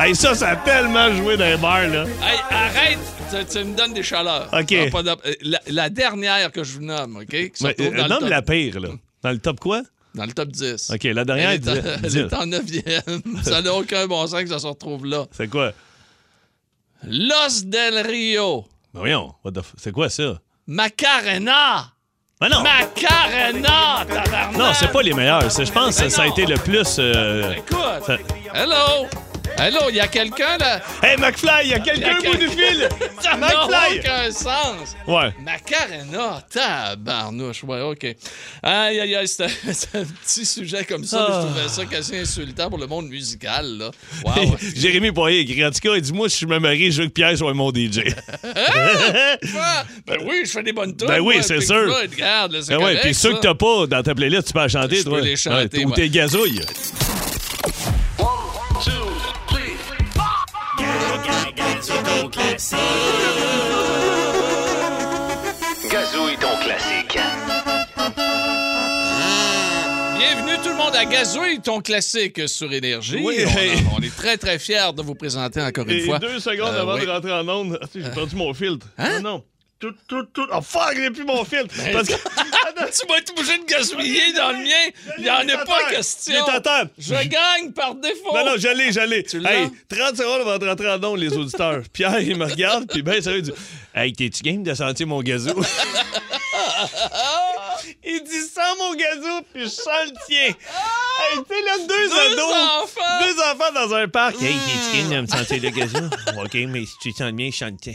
Hey, ça, ça a tellement joué dans les bars, là. Hey, arrête! Tu, tu me donnes des chaleurs. OK. Ah, pas d'op- euh, la, la dernière que je vous nomme, OK? qui se Mais, retrouve euh, dans le nomme top- la pire, là. Dans le top quoi? Dans le top 10. OK, la dernière, elle est, en- dis- elle dis- est en 9e. ça n'a aucun bon sens que ça se retrouve là. C'est quoi? Los del Rio. Ben voyons, what the f- c'est quoi ça? Macarena. Ben non! Macarena, tabarnak. Non, c'est pas les meilleurs. C'est- Je pense que ça a été le plus. euh, Écoute. ça- Hello. Hello, il y a quelqu'un là. Hey, McFly, il y a Il y quelqu'un a au bout quelqu'un- du fil! Ça n'a McFly! aucun sens. Ouais. Macarena, tabarnouche, ouais, OK. Aïe, aïe, aïe, c'était c'était un petit sujet comme ça, Ah. mais je trouvais ça quasi insultant pour le monde musical, là. Wow. Jérémy Poirier écrit En tout cas, il dit Moi, si je me marie, je veux que Pierre soit mon DJ. Ah, ah, ben oui, je fais des bonnes tunes. ben oui, moi, c'est Pink sûr. Floyd, regarde, là, c'est Ben ouais, correct, puis ceux ça. que t'as pas dans ta playlist, tu peux la chanter, Je toi. peux les chanter, ou ouais. tes gazouilles. Gazouille ton classique. Bienvenue tout le monde à Gazouille, ton classique sur Énergie. Oui. On, a- on est très, très fiers de vous présenter encore une Et fois. deux secondes Euh, avant oui. Hein? de rentrer en onde, Ah, tu sais, j'ai perdu mon filtre. Ah Non, Tout, tout, tout. Oh fuck, j'ai plus mon filtre. Parce que. tu vas être obligé de gazouiller dans le mien. Il n'y en Il est a à pas terre. question. Il est à terre. Je gagne par défaut. Non, non, j'allais, j'allais. l'as? Hey, 30 secondes avant de rentrer en onde, les auditeurs. Pierre, il me regarde, puis ben, sérieux, il dit Hey, t'es-tu game de sentir mon gazou? il dit Sens mon gazou, puis je sens le tien. Hey, tu sais, là, Ah! deux, Deux ados. enfants. Deux enfants dans un parc. Hmm. Hey, t'es-tu game de me sentir le gazou? ok, mais si tu sens le mien, je sens le tien.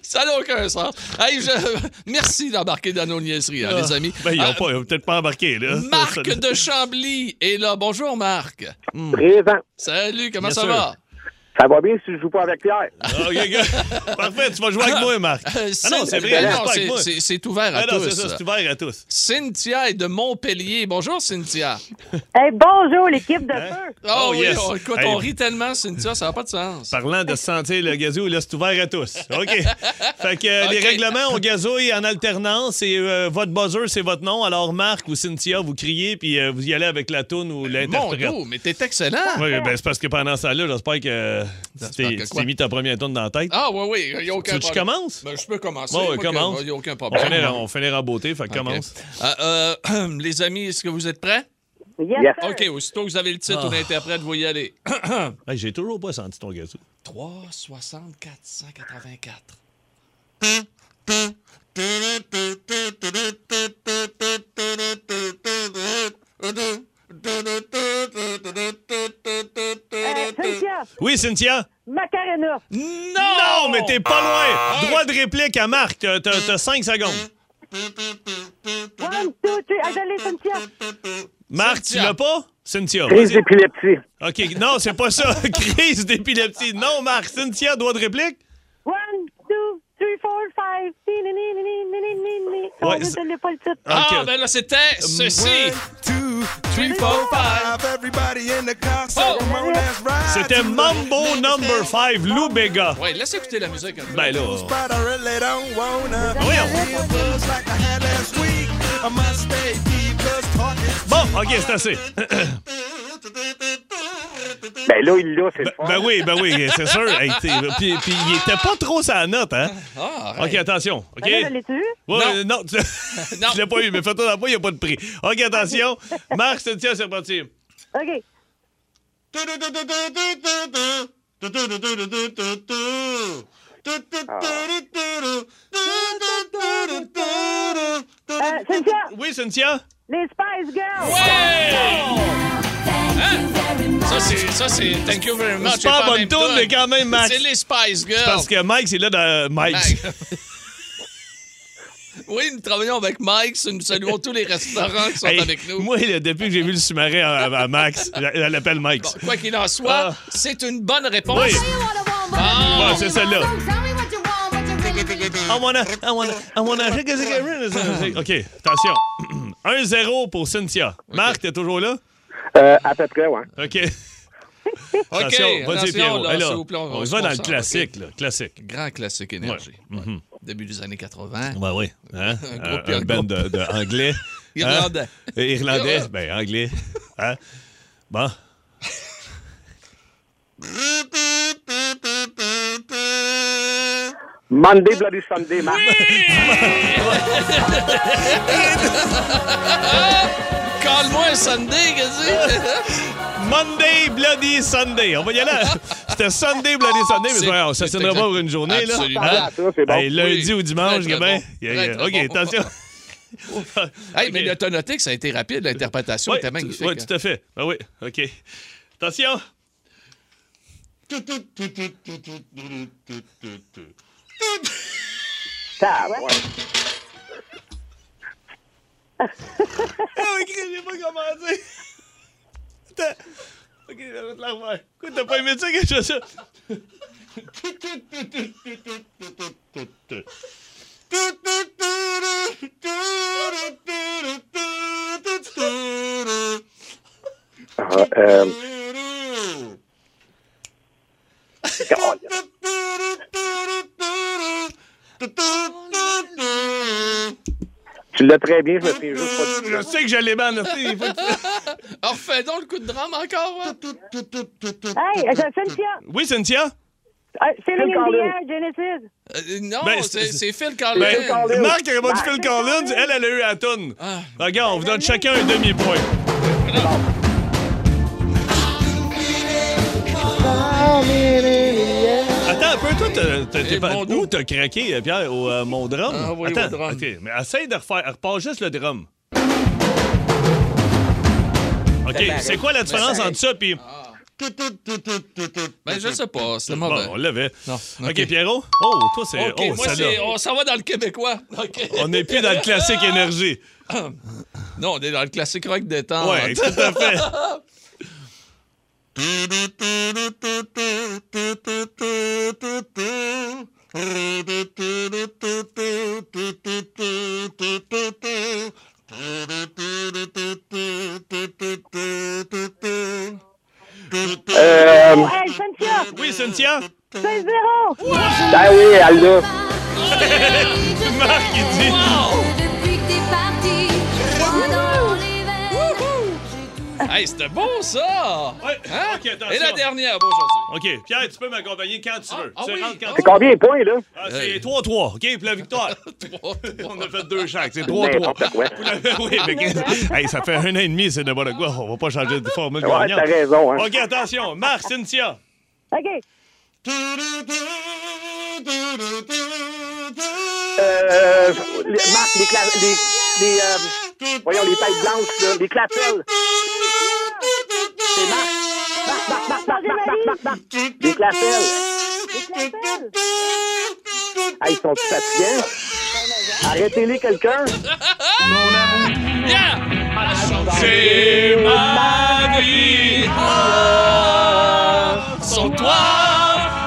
Ça n'a aucun sens. Hey, je- Merci d'embarquer dans nos niaiseries, hein, Ah, les amis. Ben, ils ont Euh, pas- ils ont peut-être pas embarqué, là. Marc de Chambly est là. Bonjour, Marc. Mm. Présent. Salut, comment Bien ça sûr. va? Ça va bien si je joue pas avec Pierre. Ah, OK, gars. Parfait, tu vas jouer avec moi, Marc. Euh, Ah non, Cyn- c'est vrai, non, joue pas c'est- avec moi. c'est- c'est ouvert à Ah non, tous. c'est ça, c'est ouvert à tous. Cynthia est de Montpellier. Bonjour, Cynthia. Ah. Hey, bonjour, l'équipe de feu. Oh, Oh, oui, yes. on, écoute, Hey. on rit tellement, Cynthia, ça n'a pas de sens. Parlant de se sentir le gazou, là, c'est ouvert à tous. OK. Fait que euh, les OK. règlements, on gazouille en alternance et euh, votre buzzer, c'est votre nom. Alors, Marc ou Cynthia, vous criez puis euh, vous y allez avec la toune ou Mon l'interprète. Dieu, mais t'es excellent. Oui, ben, c'est parce que pendant ça, là, j'espère que euh, tu J'espère t'es- que tu quoi? t'es mis ta première toune dans la tête. Ah, oui, oui, il n'y a tu aucun veux que je problème. commence? Ben, je peux commencer. Ouais, ouais, moi, commence. Il n'y a aucun On finit, problème. on finit en beauté, fait que commence. Euh, euh, les amis, est-ce que vous êtes prêts? Yes, Yes. sir. OK, aussitôt que vous avez le titre Ah. ou l'interprète, vous y allez. Hey, J'ai toujours pas senti ton gazou. 3, 64, 184. Cynthia, Oui, Cynthia? Macarena. Non, mais t'es pas Ah! loin. Droit de réplique à Marc. T'as- T'as t'as cinq Hein? secondes. One, two, three. Allez, Ah. Cynthia. Marc, tu Cynthia. l'as pas? Cynthia, Crise vas-y. d'épilepsie. OK, non, c'est pas ça. Crise d'épilepsie. Non, Marc. Cynthia, droit de réplique? One, two, three, four, five. Ni, ni, ni, ni, ni, ni, ni, ni, ni. Ouais, On ne c'est- donnait pas le titre. Ah. Ah, Ok. ben là, c'était ceci. 3, 4, 5. Oh! C'était Mambo Number 5, Lou Bega. Ouais, laisse écouter la musique un peu. Ben là, bon, OK, c'est assez. Ben là, il l'a, c'est le fun. Ben oui, ben oui, c'est sûr. Hey, t'es- puis, puis il était pas trop sa note, hein? Ah, OK, arrête. attention. OK? Ben là, je l'ai-tu? Ouais, euh, non, tu, Non. tu l'as pas eu, mais fais-toi dans pas, il n'y a pas de prix. OK, attention. Marc, Cynthia, c'est reparti. OK. Ah. Euh, Cynthia, Oui, Cynthia? les Spice Girls. Ça, c'est, ça, c'est Thank you very much. C'est pas la bonne même toune, toune. mais quand même, Max. C'est les Spice Girls. Parce que Mike, c'est là dans... Mike. Mike. oui, nous travaillons avec Mike. Nous saluons tous les restaurants qui sont Hey, avec nous. Moi, là, depuis que j'ai vu le sous-marin à, à- à Max, je- je l'appelle Mike. Bon, quoi qu'il en soit, Ah. c'est une bonne réponse. Oui. Ah. Ouais, c'est celle-là. I wanna, I wanna, I wanna shake it, shake it, shake it. OK, attention. 1-0 pour Cynthia. Marc, t'es toujours là? Euh, à peu près, ouais. OK. Attention, vas-y, attention, Pierrot. là, Hey, là, s'il vous plaît, on on y se va dans le concentre, classique, là, classique. Grand classique énergie. Ouais. Mhm. Début des années 80. Ben oui. Hein? Un Un, groupe, un un band groupe. de, de anglais. Irlandais. Hein? Euh, Irlandais, Irlandais. ben anglais. Hein? Bon. Monday, Bloody Sunday, man. Call-moi un Sunday, qu'est-ce que Monday, Bloody Sunday. On va y aller. C'était Sunday, Bloody Sunday, mais C'est- c'est pas grave, on ne c'est s'assènera pas exact- pour une journée. là. Absolument. Hein? Ah, Ça, c'est bon. Hey, lundi Oui. ou dimanche, Très, très Gabin. bon. Yeah, yeah. Très, très OK, bon. attention. c'est? Hey, mais le t'as noté que ça a été rapide, l'interprétation Oui, était magnifique. hein. ouais, tout à fait. Ben oui, OK. Attention. Ça, ouais. Ah, mais Chris, j'ai pas commencé. Attends. OK, je vais te la refaire. Écoute, t'as pas aimé ça que je ça? Ah, euh, oh, tu l'as très bien, je me souviens juste pas du Je sais que je l'ai mal noté. il faut que- Alors, fais Ah, donc le coup de drame encore, ouais. Hey, euh, Cynthia, Oui, Cynthia? euh, Céline Collins. Dion, Genesis. Euh, non, Ben, c'est c'est- c'est Phil Ben, Collins. Collins. Marc a répondu Ben, Phil Collins, elle, elle a eu la toune. Ah. Regarde, on vous donne chacun un demi-point. Attends un peu, toi, t'as- t'as- t'es pas- où t'as craqué, euh, Pierre, au euh, mon drum? Ah oui, au Attends, drum. OK, mais essaye de refaire, repars juste le drum. OK, c'est quoi la différence entre ça puis... ah. Ben, je sais pas, c'est Bon, mauvais. on l'avait. Non, OK, Pierrot. Oh, toi, c'est... OK, Oh, moi, celle-là. c'est- on s'en va dans le québécois. OK. On n'est plus dans le classique énergie. Non, on est dans le classique rock détente. Ouais, tout à fait. tout. Euh, Oh, hey, Cynthia, Oui, Cynthia? 16-0. ben oui, elle l'a. Marc, il dit... Hey, c'était beau, ça! Ouais, Hein? OK, attention. Et la dernière, bon, aujourd'hui. OK, Pierre, tu peux m'accompagner quand tu veux. ah tu oui, rentres quand ah tu C'est combien de points, là? Ah, c'est 3-3, OK, pour la victoire. On a fait deux chaque, c'est 3-3. N'importe quoi. oui, mais que- hey, ça fait un an et demi, c'est n'importe quoi. On va pas changer de formule Ouais, gagnante. t'as raison, hein. OK, attention. Marc, Cynthia. OK. Euh, les, Marc, les, cla- les, les, euh, voyons, les têtes blanches, là, les clapelles. C'est Marc. Marc, Marc, Marc, Marc, Marc, Marc, Marc, Marc. Les clapelles. Ah, ils sont fatigués. Arrêtez-les, quelqu'un. C'est ma vie. Ah! Sans toi,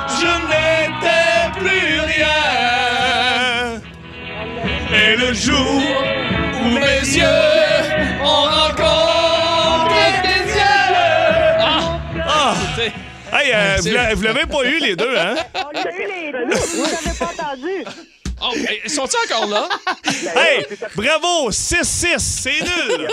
je n'étais plus rien. Et le jour où mes yeux ont rencontré tes yeux. Ah! T'sais, Hey, euh, C'est- vous l'a- vous l'avez pas eu les deux, hein? On l'a eu les deux. Vous n'avez pas entendu. Oh, hey, sont-ils encore là? Ben, Hey, bravo, 6-6, c'est nul!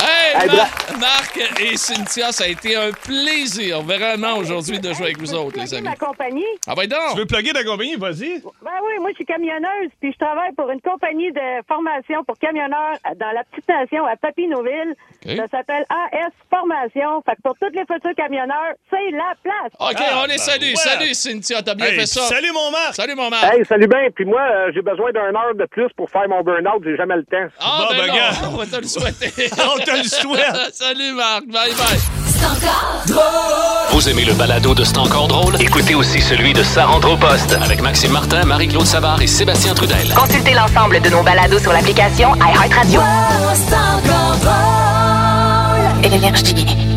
Hey, Hey, Mar- Marc et Cynthia, ça a été un plaisir vraiment aujourd'hui de jouer avec vous autres, les amis. Ma compagnie. Ah, ben Tu donc! veux plugger ta compagnie, vas-y. Ben oui, moi, je suis camionneuse, puis je travaille pour une compagnie de formation pour camionneurs dans la petite nation à Papineauville. OK. Ça s'appelle AS Formation. Fait que pour tous les futurs camionneurs, c'est la place. OK, Ah, on les ben salue. ouais. Salut, Cynthia, t'as bien Hey, fait ça. Salut, mon Marc! Salut, mon Marc. Hey, salut bien. Puis moi, euh, j'ai besoin d'un heure de plus pour faire mon burn-out. J'ai jamais le temps. Ah, Bon, ben ben, non, gars. Oh, on va te le souhaiter. On te le souhaite. Salut, Marc. Bye, bye. Vous aimez le balado de C'est encore drôle? Écoutez aussi celui de Sa rentre au poste avec Maxime Martin, Marie-Claude Savard et Sébastien Trudel. Consultez l'ensemble de nos balados sur l'application iHeartRadio. Et l'énergie.